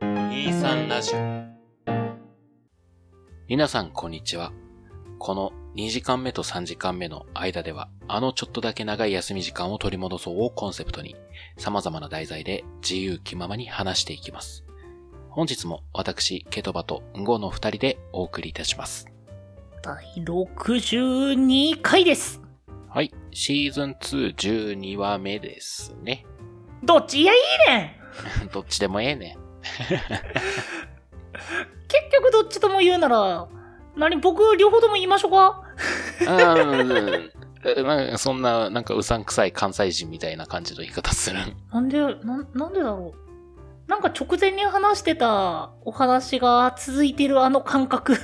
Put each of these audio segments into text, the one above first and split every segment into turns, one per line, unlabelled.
23ラジオ。皆さん、こんにちは。この2時間目と3時間目の間では、あのちょっとだけ長い休み時間を取り戻そうをコンセプトに、様々な題材で自由気ままに話していきます。本日も私、ケトバとンゴの二人でお送りいたします。
第62回です
はい。シーズン2、12話目ですね。
どっちやいいねん
どっちでもええね。
結局どっちとも言うなら、何僕両方とも言いましょうか
うん。なんかそんな、なんかうさんくさい関西人みたいな感じの言い方する。
なんで、なんなんでだろうなんか直前に話してたお話が続いてるあの感覚。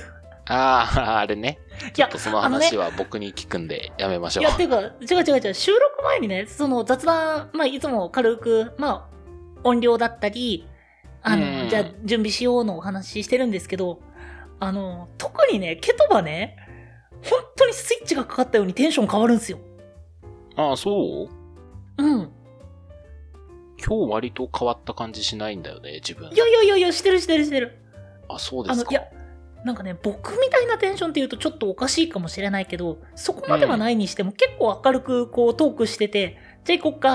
ああ、あれね。
いや、
その
あのね
話は僕に聞くんでやめましょ。
いうや、ていうか、違う違う違う、収録前にね、その雑談、まあ、いつも軽く、まあ、音量だったり、あの、
うん
じゃあ準備しようのお話ししてるんですけど、あの、特にね、ケトバね、本当にスイッチがかかったようにテンション変わるんですよ。
ああ、そう
うん。
今日割と変わった感じしないんだよね、自分
い。やいやいやいや、してるしてるしてる。
あ、そうで
あの、
す
い
か。
や、なんかね、僕みたいなテンションって言うとちょっとおかしいかもしれないけど、そこまではないにしても、結構明るくこうトークしてて、じゃあ行こっか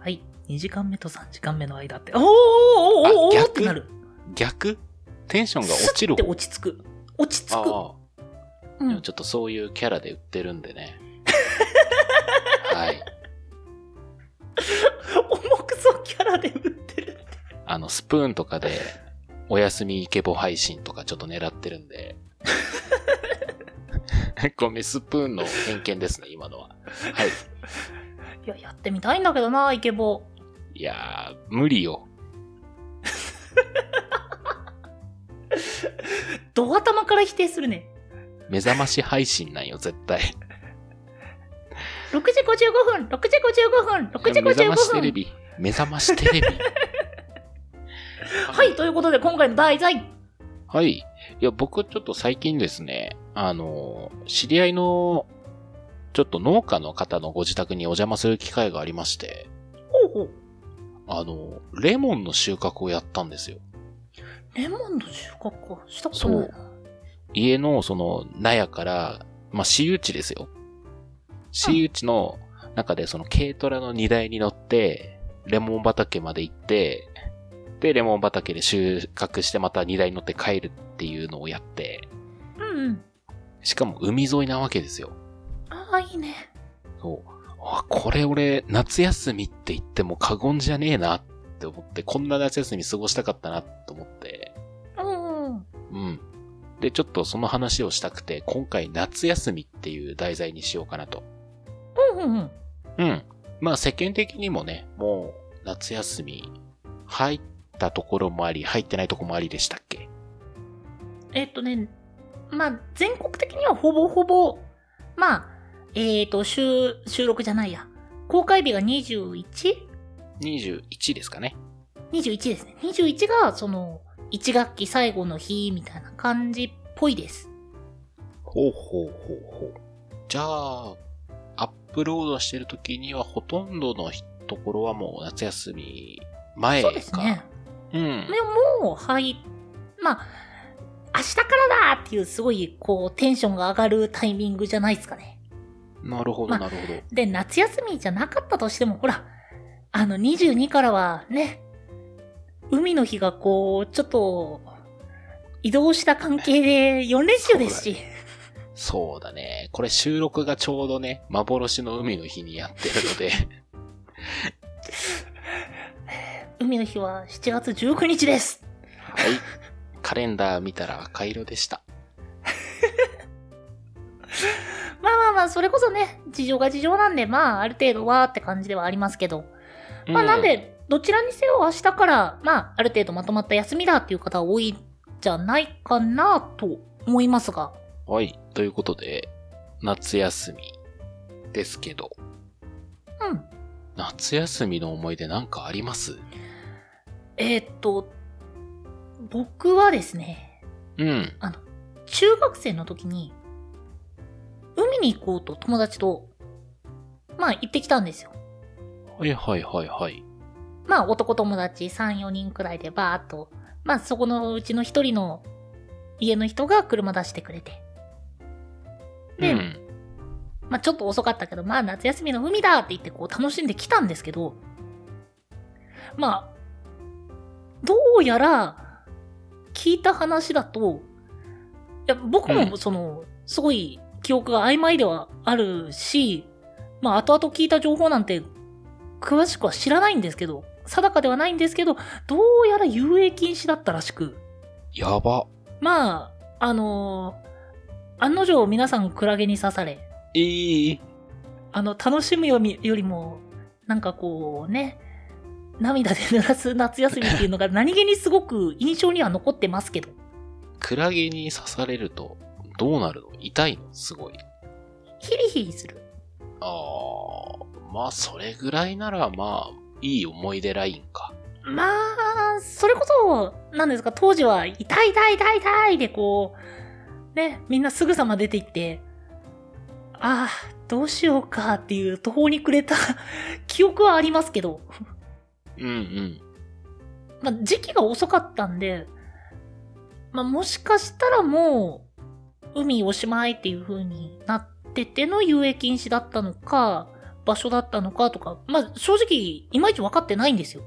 はい、2時間目と3時間目の間って、おーおーおーおーお
あ
ー
逆
ってなる。
逆テンションが
ス
落
ッ
ちる
て
方
落ち着く。落ち着く。
ああ、
う
でも
ん。
ちょっとそういうキャラで売ってるんでね。 はい。
重くそキャラで売ってる。
あの、スプーンとかで、おやすみイケボ配信とかちょっと狙ってるんで。 ごめん、スプーンの偏見ですね、今のは。はい。
いや、やってみたいんだけどな、イケボ。
いやー、無理よ。
ド頭から否定するね。
目覚まし配信なんよ、絶対。
6時55分、6時55分、6時55分。
目覚ましテレビ。目覚ましテ レビ。
はい、ということで今回の題材。
はい。いや、僕ちょっと最近ですね、あの、知り合いの、ちょっと農家の方のご自宅にお邪魔する機会がありまして、
ほうほう。
あの、レモンの収穫をやったんですよ。
レモンの収穫かしたことないな。
家のその納屋から、まあ、私有地ですよ。私有地の中でその軽トラの荷台に乗って、レモン畑まで行って、で、レモン畑で収穫してまた荷台に乗って帰るっていうのをやって、
うんうん。
しかも海沿いなわけですよ。
ああ、いいね。
そう。あ、これ俺、夏休みって言っても過言じゃねえなって思って、こんな夏休み過ごしたかったなと思って、
うんうん。
うん。で、ちょっとその話をしたくて、今回夏休みっていう題材にしようかなと。
うんうんうん。
うん。まあ世間的にもね、もう夏休み入ったところもあり、入ってないところもありでしたっけ
えっとね、まあ、全国的にはほぼほぼ、まあ、えっ、と、収、収録じゃないや。公開日が 21?21
21ですかね。
ですね。21が、その、1学期最後の日みたいな感じっぽいです。
ほうほうほうほう。じゃあ、アップロードしてる時にはほとんどのひところはもう夏休み前か。
そうですね。
うん
で。も、はい、まあ、明日からだっていうすごい、こう、テンションが上がるタイミングじゃないですかね。
なるほど、
まあ
なるほど。
で、夏休みじゃなかったとしても、ほら、あの、22からはね、海の日がこう、ちょっと、移動した関係で4連休ですし、
そうだね。これ収録がちょうどね、幻の海の日にやってるので、
海の日は7月19日です。
はい。カレンダー見たら赤色でした。
まあまあまあ、それこそね、事情が事情なんで、まあ、ある程度はって感じではありますけど、まあ
うん
なんで、どちらにせよ明日から、まあ、ある程度まとまった休みだっていう方多いんじゃないかなと思いますが、
はい。ということで、夏休みですけど、
うん。
夏休みの思い出なんかあります
えーっと、僕はですね、
うん。
中学生の時に、海に行こうと友達と、まあ行ってきたんですよ。
はいはいはいはい。
まあ男友達3、4人くらいでバーっと、まあそこのうちの一人の家の人が車出してくれて。で、
うん。
まあちょっと遅かったけど、まあ夏休みの海だって言ってこう楽しんできたんですけど、まあ、どうやら聞いた話だと、いや僕
う
もその、すごい記憶が曖昧ではあるし、まあ後々聞いた情報なんて詳しくは知らないんですけど、定かではないんですけど、どうやら遊泳禁止だったらしく、
やば。
まあ、あのー案の定皆さんクラゲに刺され、
いい。
あの、楽しむよみよりも、なんかこうね、涙で濡らす夏休みっていうのが何気にすごく印象には残ってますけど。
クラゲに刺されると、どうなるの痛いのすごい。
ヒリヒリする。
ああ、まあ、それぐらいなら、まあ、いい思い出ラインか。
まあ、それこそ、なんですか、当時は、痛い痛い痛い痛いでこう、ね、みんなすぐさま出て行って、ああ、どうしようかっていう途方に暮れた 記憶はありますけど。
うんうん。
まあ、時期が遅かったんで、まあ、もしかしたらもう、海おしまいっていう風になってての遊泳禁止だったのか、場所だったのかとか、まあ、正直、いまいち分かってないんですよ。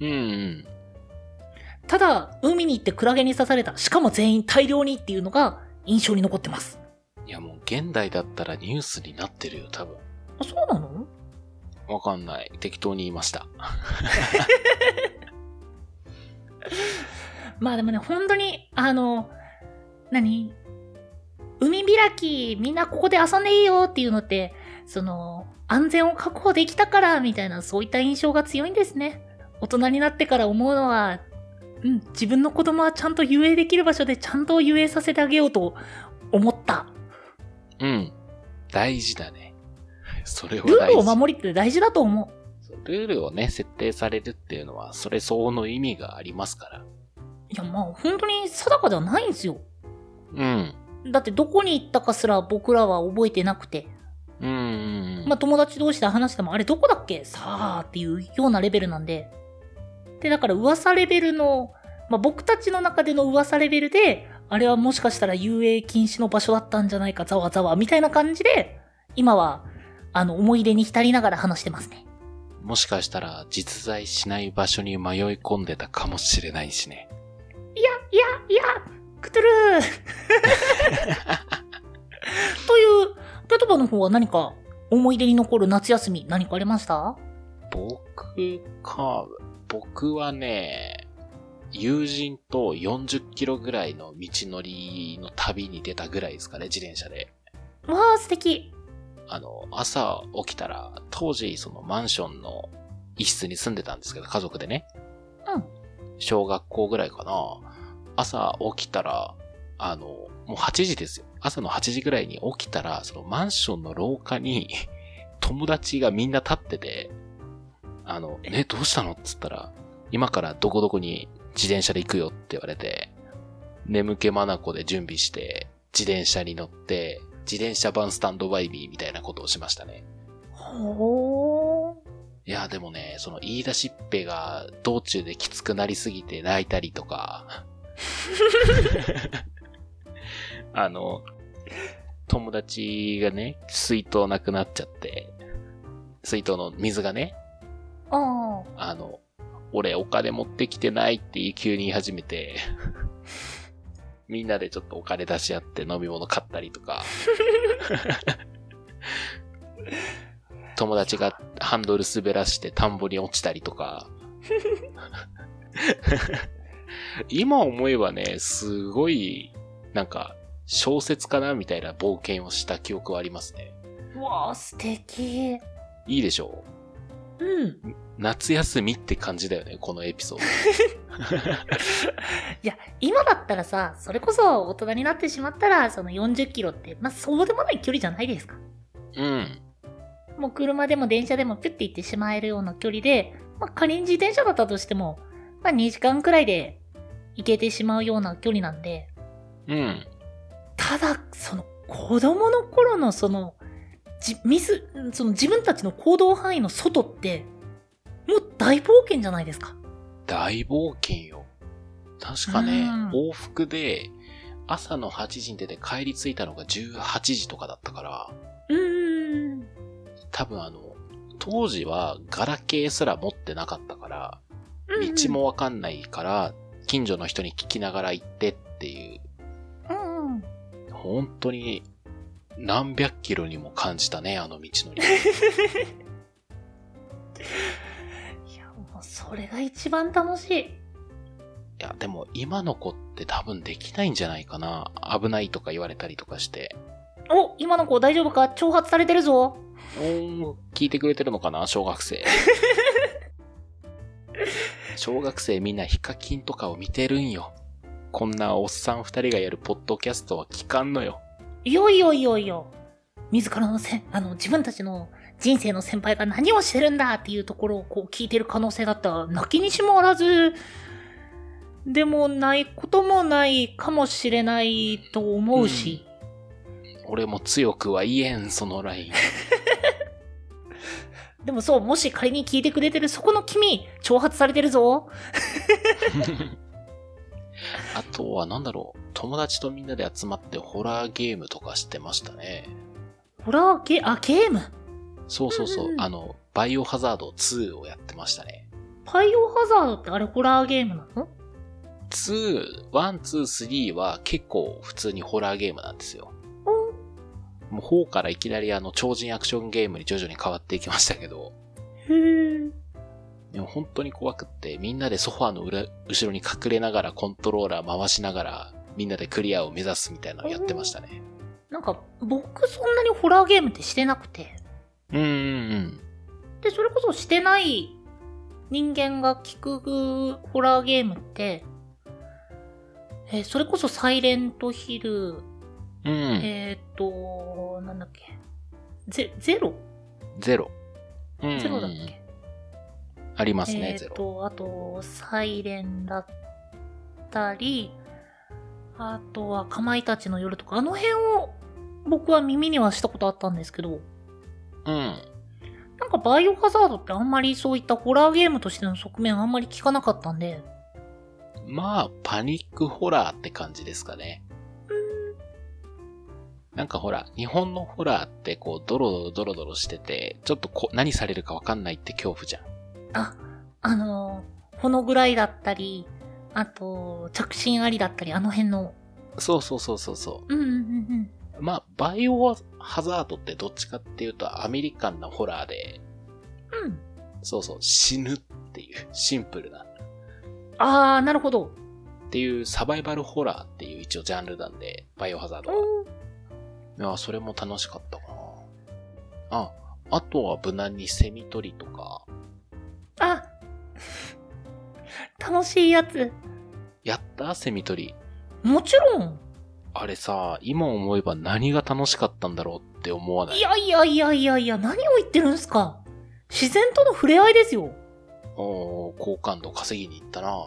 うんうん。
ただ、海に行ってクラゲに刺された、しかも全員大量にっていうのが印象に残ってます。
いや、もう、現代だったらニュースになってるよ、多分。
あ、そうなの
わかんない。適当に言いました。
まあでもね、本当に、あの、何海開き、みんなここで遊んでいいよっていうのって、その、安全を確保できたから、みたいな、そういった印象が強いんですね。大人になってから思うのは、うん、自分の子供はちゃんと遊泳できる場所でちゃんと遊泳させてあげようと思った。
うん。大事だね。それは
ルー
大
ルを
事。
守りって大事だと思う。
ルールをね、設定されるっていうのは、それ相応の意味がありますから。
いや、まあ、本当に定かではないんですよ。
うん。
だってどこに行ったかすら僕らは覚えてなくて。
うんうんうん。
まあ、友達同士で話しても、あれどこだっけさあっていうようなレベルなんで。で、だから噂レベルの、まあ、僕たちの中での噂レベルで、あれはもしかしたら遊泳禁止の場所だったんじゃないか、ざわざわ、みたいな感じで、今は、あの、思い出に浸りながら話してますね。
もしかしたら、実在しない場所に迷い込んでたかもしれないしね。
いや、いや、いや、クトゥル ーという、ペトバの方は何か思い出に残る夏休み何かありました
僕か、僕はね、友人と40キロぐらいの道のりの旅に出たぐらいですかね、自転車で。
わあ、素敵。
あの、朝起きたら、当時そのマンションの一室に住んでたんですけど、家族でね。
うん
小学校ぐらいかな。朝起きたら、あの、もう8時ですよ。朝の8時ぐらいに起きたら、そのマンションの廊下に 友達がみんな立ってて、あの、ね、どうしたのっつったら、今からどこどこに自転車で行くよって言われて、眠気まなこで準備して、自転車に乗って、自転車版スタンドバイミーみたいなことをしましたね。
ほー。
いや、でもね、その言い出しっぺが道中できつくなりすぎて泣いたりとか、あの、友達がね、水筒なくなっちゃって、水筒の水がね、
あ
あの、俺お金持ってきてないって急に言い始めて、みんなでちょっとお金出し合って飲み物買ったりとか。友達がハンドル滑らして田んぼに落ちたりとか。今思えばね、すごい、なんか、小説かなみたいな冒険をした記憶はありますね。
あ。わあ、素敵。
いいでしょう
うん。
夏休みって感じだよね、このエピソード。
いや、今だったらさ、それこそ大人になってしまったら、その40キロって、まあ、そうでもない距離じゃないですか。
うん。
もう車でも電車でもピュッて行ってしまえるような距離で、まあ、仮に自転車だったとしても、まあ、2時間くらいで行けてしまうような距離なんで、
うん。
ただ、その、子供の頃のその、じ、ミス、その自分たちの行動範囲の外って、もう大冒険じゃないですか。
大冒険よ。確かね、
う
往復で、朝の8時に出て帰り着いたのが18時とかだったから、
うーん。
多分あの、当時はガラケーすら持ってなかったから、
うんうん
道。もわかんないから、近所の人に聞きながら行ってっていう、
うんうん。
本当に何百キロにも感じたね、あの道 のり。
いや、もうそれが一番楽しい。
いや、でも今の子って多分できないんじゃないかな。危ないとか言われたりとかして。
お今の子大丈夫か挑発されてるぞ。
おー聞いてくれてるのかな小学生。小学生みんなヒカキンとかを見てるんよ。こんなおっさん二人がやるポッドキャストは聞かんのよ。
いよいよいよいよ。自らのせん、あの、自分たちの人生の先輩が何をしてるんだっていうところをこう聞いてる可能性だったら泣きにしもあらず、でもないこともないかもしれないと思うし。
俺も強くは言えん、そのライン。
でもそう、もし仮に聞いてくれてるそこの君、挑発されてるぞ。
あとはなんだろう。友達とみんなで集まってホラーゲームとかしてましたね。
ホラーゲ、あ、ゲーム。
そうそうそうう。
んうん
あの、バイオハザード2をやってましたね。
パイオハザードってあれホラーゲームなの
2、1、2、3は結構普通にホラーゲームなんですよ。
お
もう方からいきなりあの超人アクションゲームに徐々に変わっていきましたけど、
へー
でも本当に怖くってみんなでソファーの裏、後ろに隠れながらコントローラー回しながらみんなでクリアを目指すみたいなのやってましたね。
なんか、僕そんなにホラーゲームってしてなくて。
うんうんうん。
で、それこそしてない人間が聞くホラーゲームって、えーそれこそサイレントヒル、
うん。
えーっと、なんだっけ。ゼ、ゼロ
ゼロ。うん
ゼロだっけ、
ありますね、
え
ゼ
ーっ
ロ。
と、あと、サイレンだったり、あとは、かまいたちの夜とか、あの辺を僕は耳にはしたことあったんですけ
う
ど、
ん。
なんかバイオハザードってあんまりそういったホラーゲームとしての側面あんまり聞かなかったんで、
まあ、パニックホラーって感じですかね。なんかほら、日本のホラーってこう、ドロドロドロドロしてて、ちょっとこう何されるかわかんないって恐怖じゃん。
あ、あのー、このぐらいだったり、あと、着信ありだったり、あの辺の。
そうそうそうそうそ
うんうんうん
う。まあ、バイオハザードってどっちかっていうとアメリカンなホラーで、
うん。うん。
そうそう、死ぬっていう、シンプルな。
あー、なるほど。
っていうサバイバルホラーっていう一応ジャンルなんで、バイオハザードは。
おー
いや、それも楽しかったかな。あ、あとは無難にセミ取りとか、
あ 楽しいやつ。
やったセミ取り。
もちろん。
あれさ、今思えば何が楽しかったんだろうって思わないい。
やいやいやいやいや、何を言ってるんすか。自然との触れ合いですよ。
おー、好感度稼ぎに行ったな。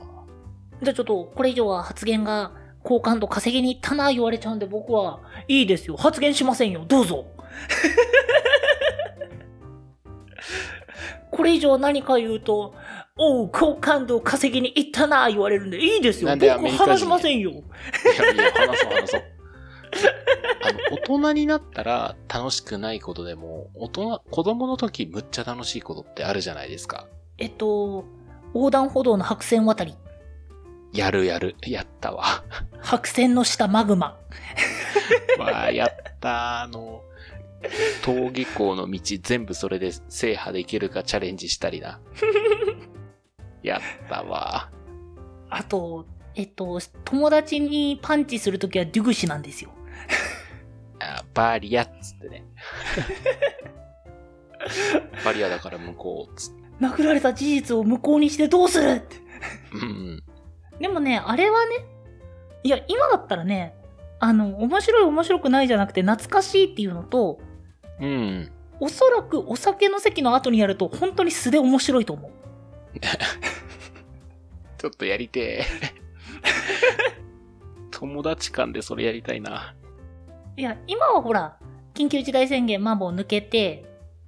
じゃあちょっと、これ以上は発言が好感度稼ぎに行ったな言われちゃうんで僕は、いいですよ。発言しませんよ。どうぞ。 これ以上何か言うと、おう、好感度稼ぎに行ったな言われるんで、いいですよ。
なん
僕
でアメリカ人
話しませんよ。
いやいや、話そう話そう。あの、大人になったら楽しくないことでも、大人、子供の時むっちゃ楽しいことってあるじゃないですか。
えっと、横断歩道の白線渡り、
やるやる、やったわ。
白線の下マグマ。
わあ、やったあの、登下校の道全部それで制覇できるかチャレンジしたりな。やったわ。
あと、えっと、友達にパンチするときはデュグシなんですよ。
あバリアっつってね。バリアだから向こうっつって。
殴られた事実を無効にしてどうするって。
うんうん。
でもね、あれはね、いや、今だったらね、あの、面白い面白くないじゃなくて懐かしいっていうのと、
うんうん。
おそらくお酒の席の後にやると本当に素で面白いと思う。
ちょっとやり てえ。友達間でそれやりたいな。
いや、今はほら、緊急事態宣言まあもう抜けて、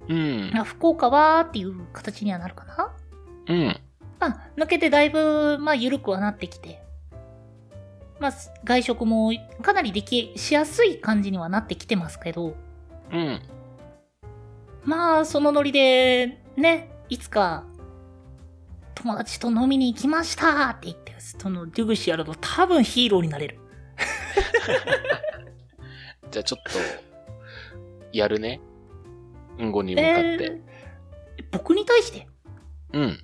うん
ま。あ福岡はっていう形にはなるかな
うん。
まあ、抜けてだいぶ、まあ緩くはなってきて。まあ、外食もかなりできしやすい感じにはなってきてますけど、
うん。
まあ、そのノリで、ね、いつか、友達と飲みに行きましたって言って、そのデュグシやると多分ヒーローになれる。
じゃあちょっと、やるね。うんごに向かって。
えー僕に対して、
うん。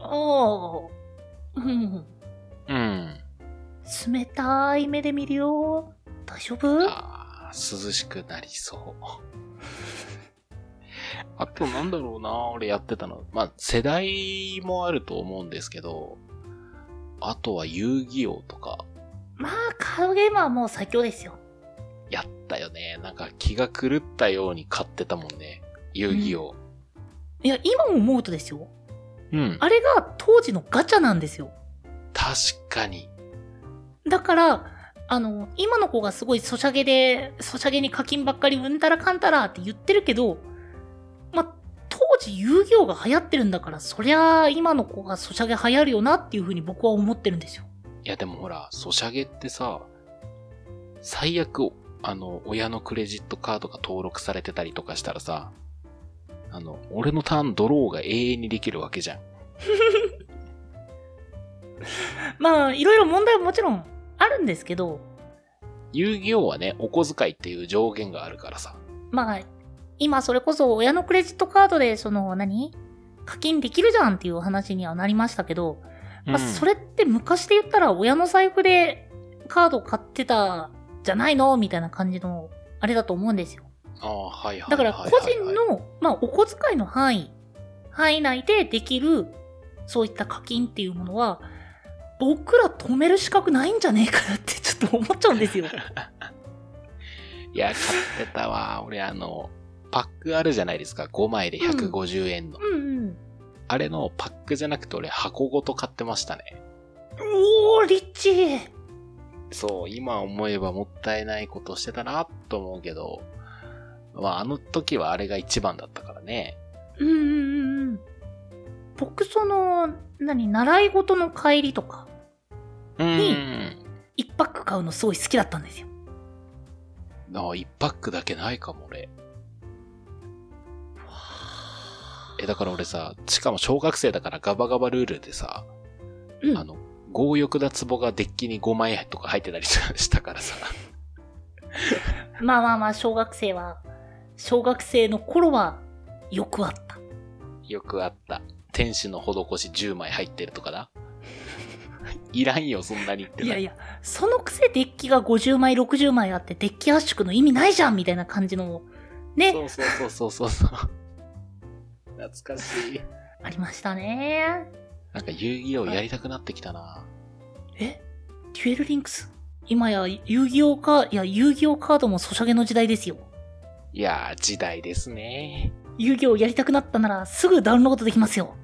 ああ、うん、
うん。
冷たい目で見るよ。大丈夫
あー涼しくなりそう。 あとなんだろうな俺やってたの。まあ、世代もあると思うんですけど、あとは遊戯王とか
まあ、カードゲームはもう最強ですよ。
やったよね。なんか気が狂ったように買ってたもんね。遊戯王。
いや、今思うとですよ。
うん。
あれが当時のガチャなんですよ。
確かに。
だから、あの、今の子がすごいソシャゲで、ソシャゲに課金ばっかりうんたらかんたらって言ってるけど、まあ、当時遊戯王が流行ってるんだから、そりゃあ今の子がソシャゲ流行るよなっていうふうに僕は思ってるんですよ。
いやでもほら、ソシャゲってさ、最悪、あの、親のクレジットカードが登録されてたりとかしたらさ、あの、俺のターンドローが永遠にできるわけじゃん。
まあ、いろいろ問題はもちろんあるんですけど、
遊戯王はね、お小遣いっていう上限があるからさ。
まあ、今それこそ親のクレジットカードで、その、何課金できるじゃんっていう話にはなりましたけど、まあ、
うん
それって昔で言ったら親の財布でカードを買ってたじゃないのみたいな感じのあれだと思うんですよ。
ああ、はいはいは
だか
い
ら
はい、は
個
い。
人の、まあ、お小遣いの範囲、範囲内でできる、そういった課金っていうものは、僕ら止める資格ないんじゃねえかなってちょっと思っちゃうんで すよ。
いや、買ってたわ。俺あの、パックあるじゃないですか。5枚で150円の。
うんうん。
あれのパックじゃなくて俺箱ごと買ってましたね。
おー、リッチー
そう、今思えばもったいないことしてたなと思うけど、まああの時はあれが一番だったからね。
うんうんうんうん。僕、その、何、習い事の帰りとか、。
うん
一パック買うのすごい好きだったんですよ。
あ一パックだけないかも俺。え、だから俺さ、しかも小学生だからガバガバルールでさ、
うん
あの、強欲な壺がデッキに5枚とか入ってたりしたからさ。
まあまあまあ、小学生は、小学生の頃は、よくあった。
よくあった。天使の施し10枚入ってるとかな。いらんよ、そんなにって
い
な
やいや、そのくせデッキが50枚、60枚あって、デッキ圧縮の意味ないじゃんみたいな感じの、ね、
そうそうそうそうそうそう。懐かしい。
ありましたね。
なんか遊戯王やりたくなってきたな。
えデュエルリンクス今や、遊戯王カー、いや、遊戯王カードもソシャゲの時代ですよ。
いやー、時代ですね。
遊戯王やりたくなったなら、すぐダウンロードできますよ。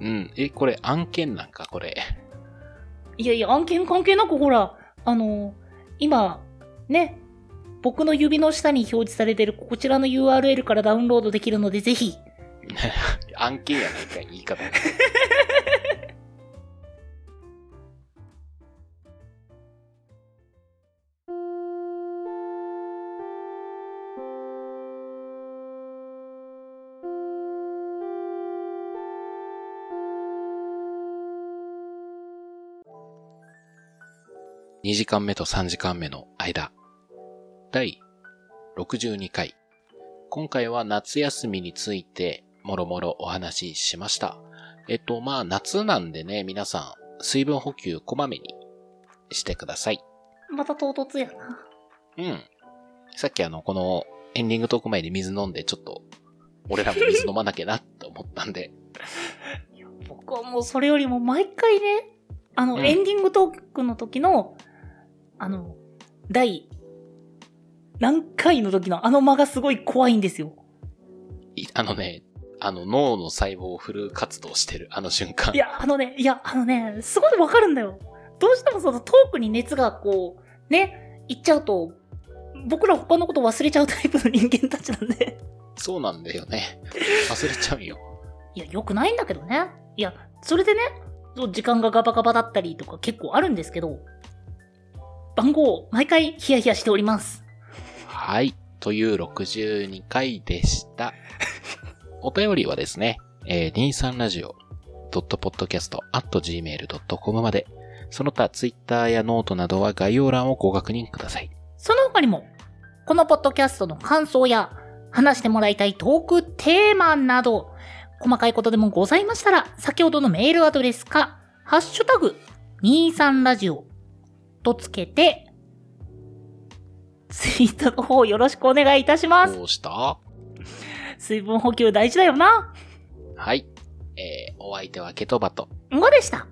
うん。え、これ案件なんか、これ。
いやいや、案件関係なくほら、あの、今、ね、僕の指の下に表示されてるこちらの URL からダウンロードできるので、ぜひ。
案件やないかい、言い方。2時間目と3時間目の間。第62回。今回は夏休みについて、もろもろお話ししました。えっと、まあ、夏なんでね、皆さん、水分補給こまめにしてください。
また唐突やな。
うん。さっきあの、このエンディングトーク前に水飲んで、ちょっと、俺らも水飲まなきゃなって思ったんで。
僕はもうそれよりも毎回ね、あの、
うん
エンディングトークの時の、あの、第、何回の時のあの間がすごい怖いんですよ。
いあのね、あの、脳の細胞をフル活動してる、あの瞬間
い。や、あのね、いや、あのね、すごいわかるんだよ。どうしてもそのトークに熱がこう、ね、いっちゃうと、僕ら他のこと忘れちゃうタイプの人間たちなんで。
そうなんだよね。忘れちゃうよ。
いや、良くないんだけどね。いや、それでね、そう時間がガバガバだったりとか結構あるんですけど、番号、毎回ヒヤヒヤしております。
はい。という62回でした。 お便りはですね、えー、23radio.podcast.gmail.com まで、その他ツイッターやノートなどは概要欄をご確認ください。
その他にも、このポッドキャストの感想や、話してもらいたいトークテーマなど、細かいことでもございましたら、先ほどのメールアドレスか、ハッシュタグ、23ラジオとつけて、ツイートの方よろしくお願いいたします。
どうした
水分補給大事だよな。
はい。えー、お相手はケトバと、
んごでした。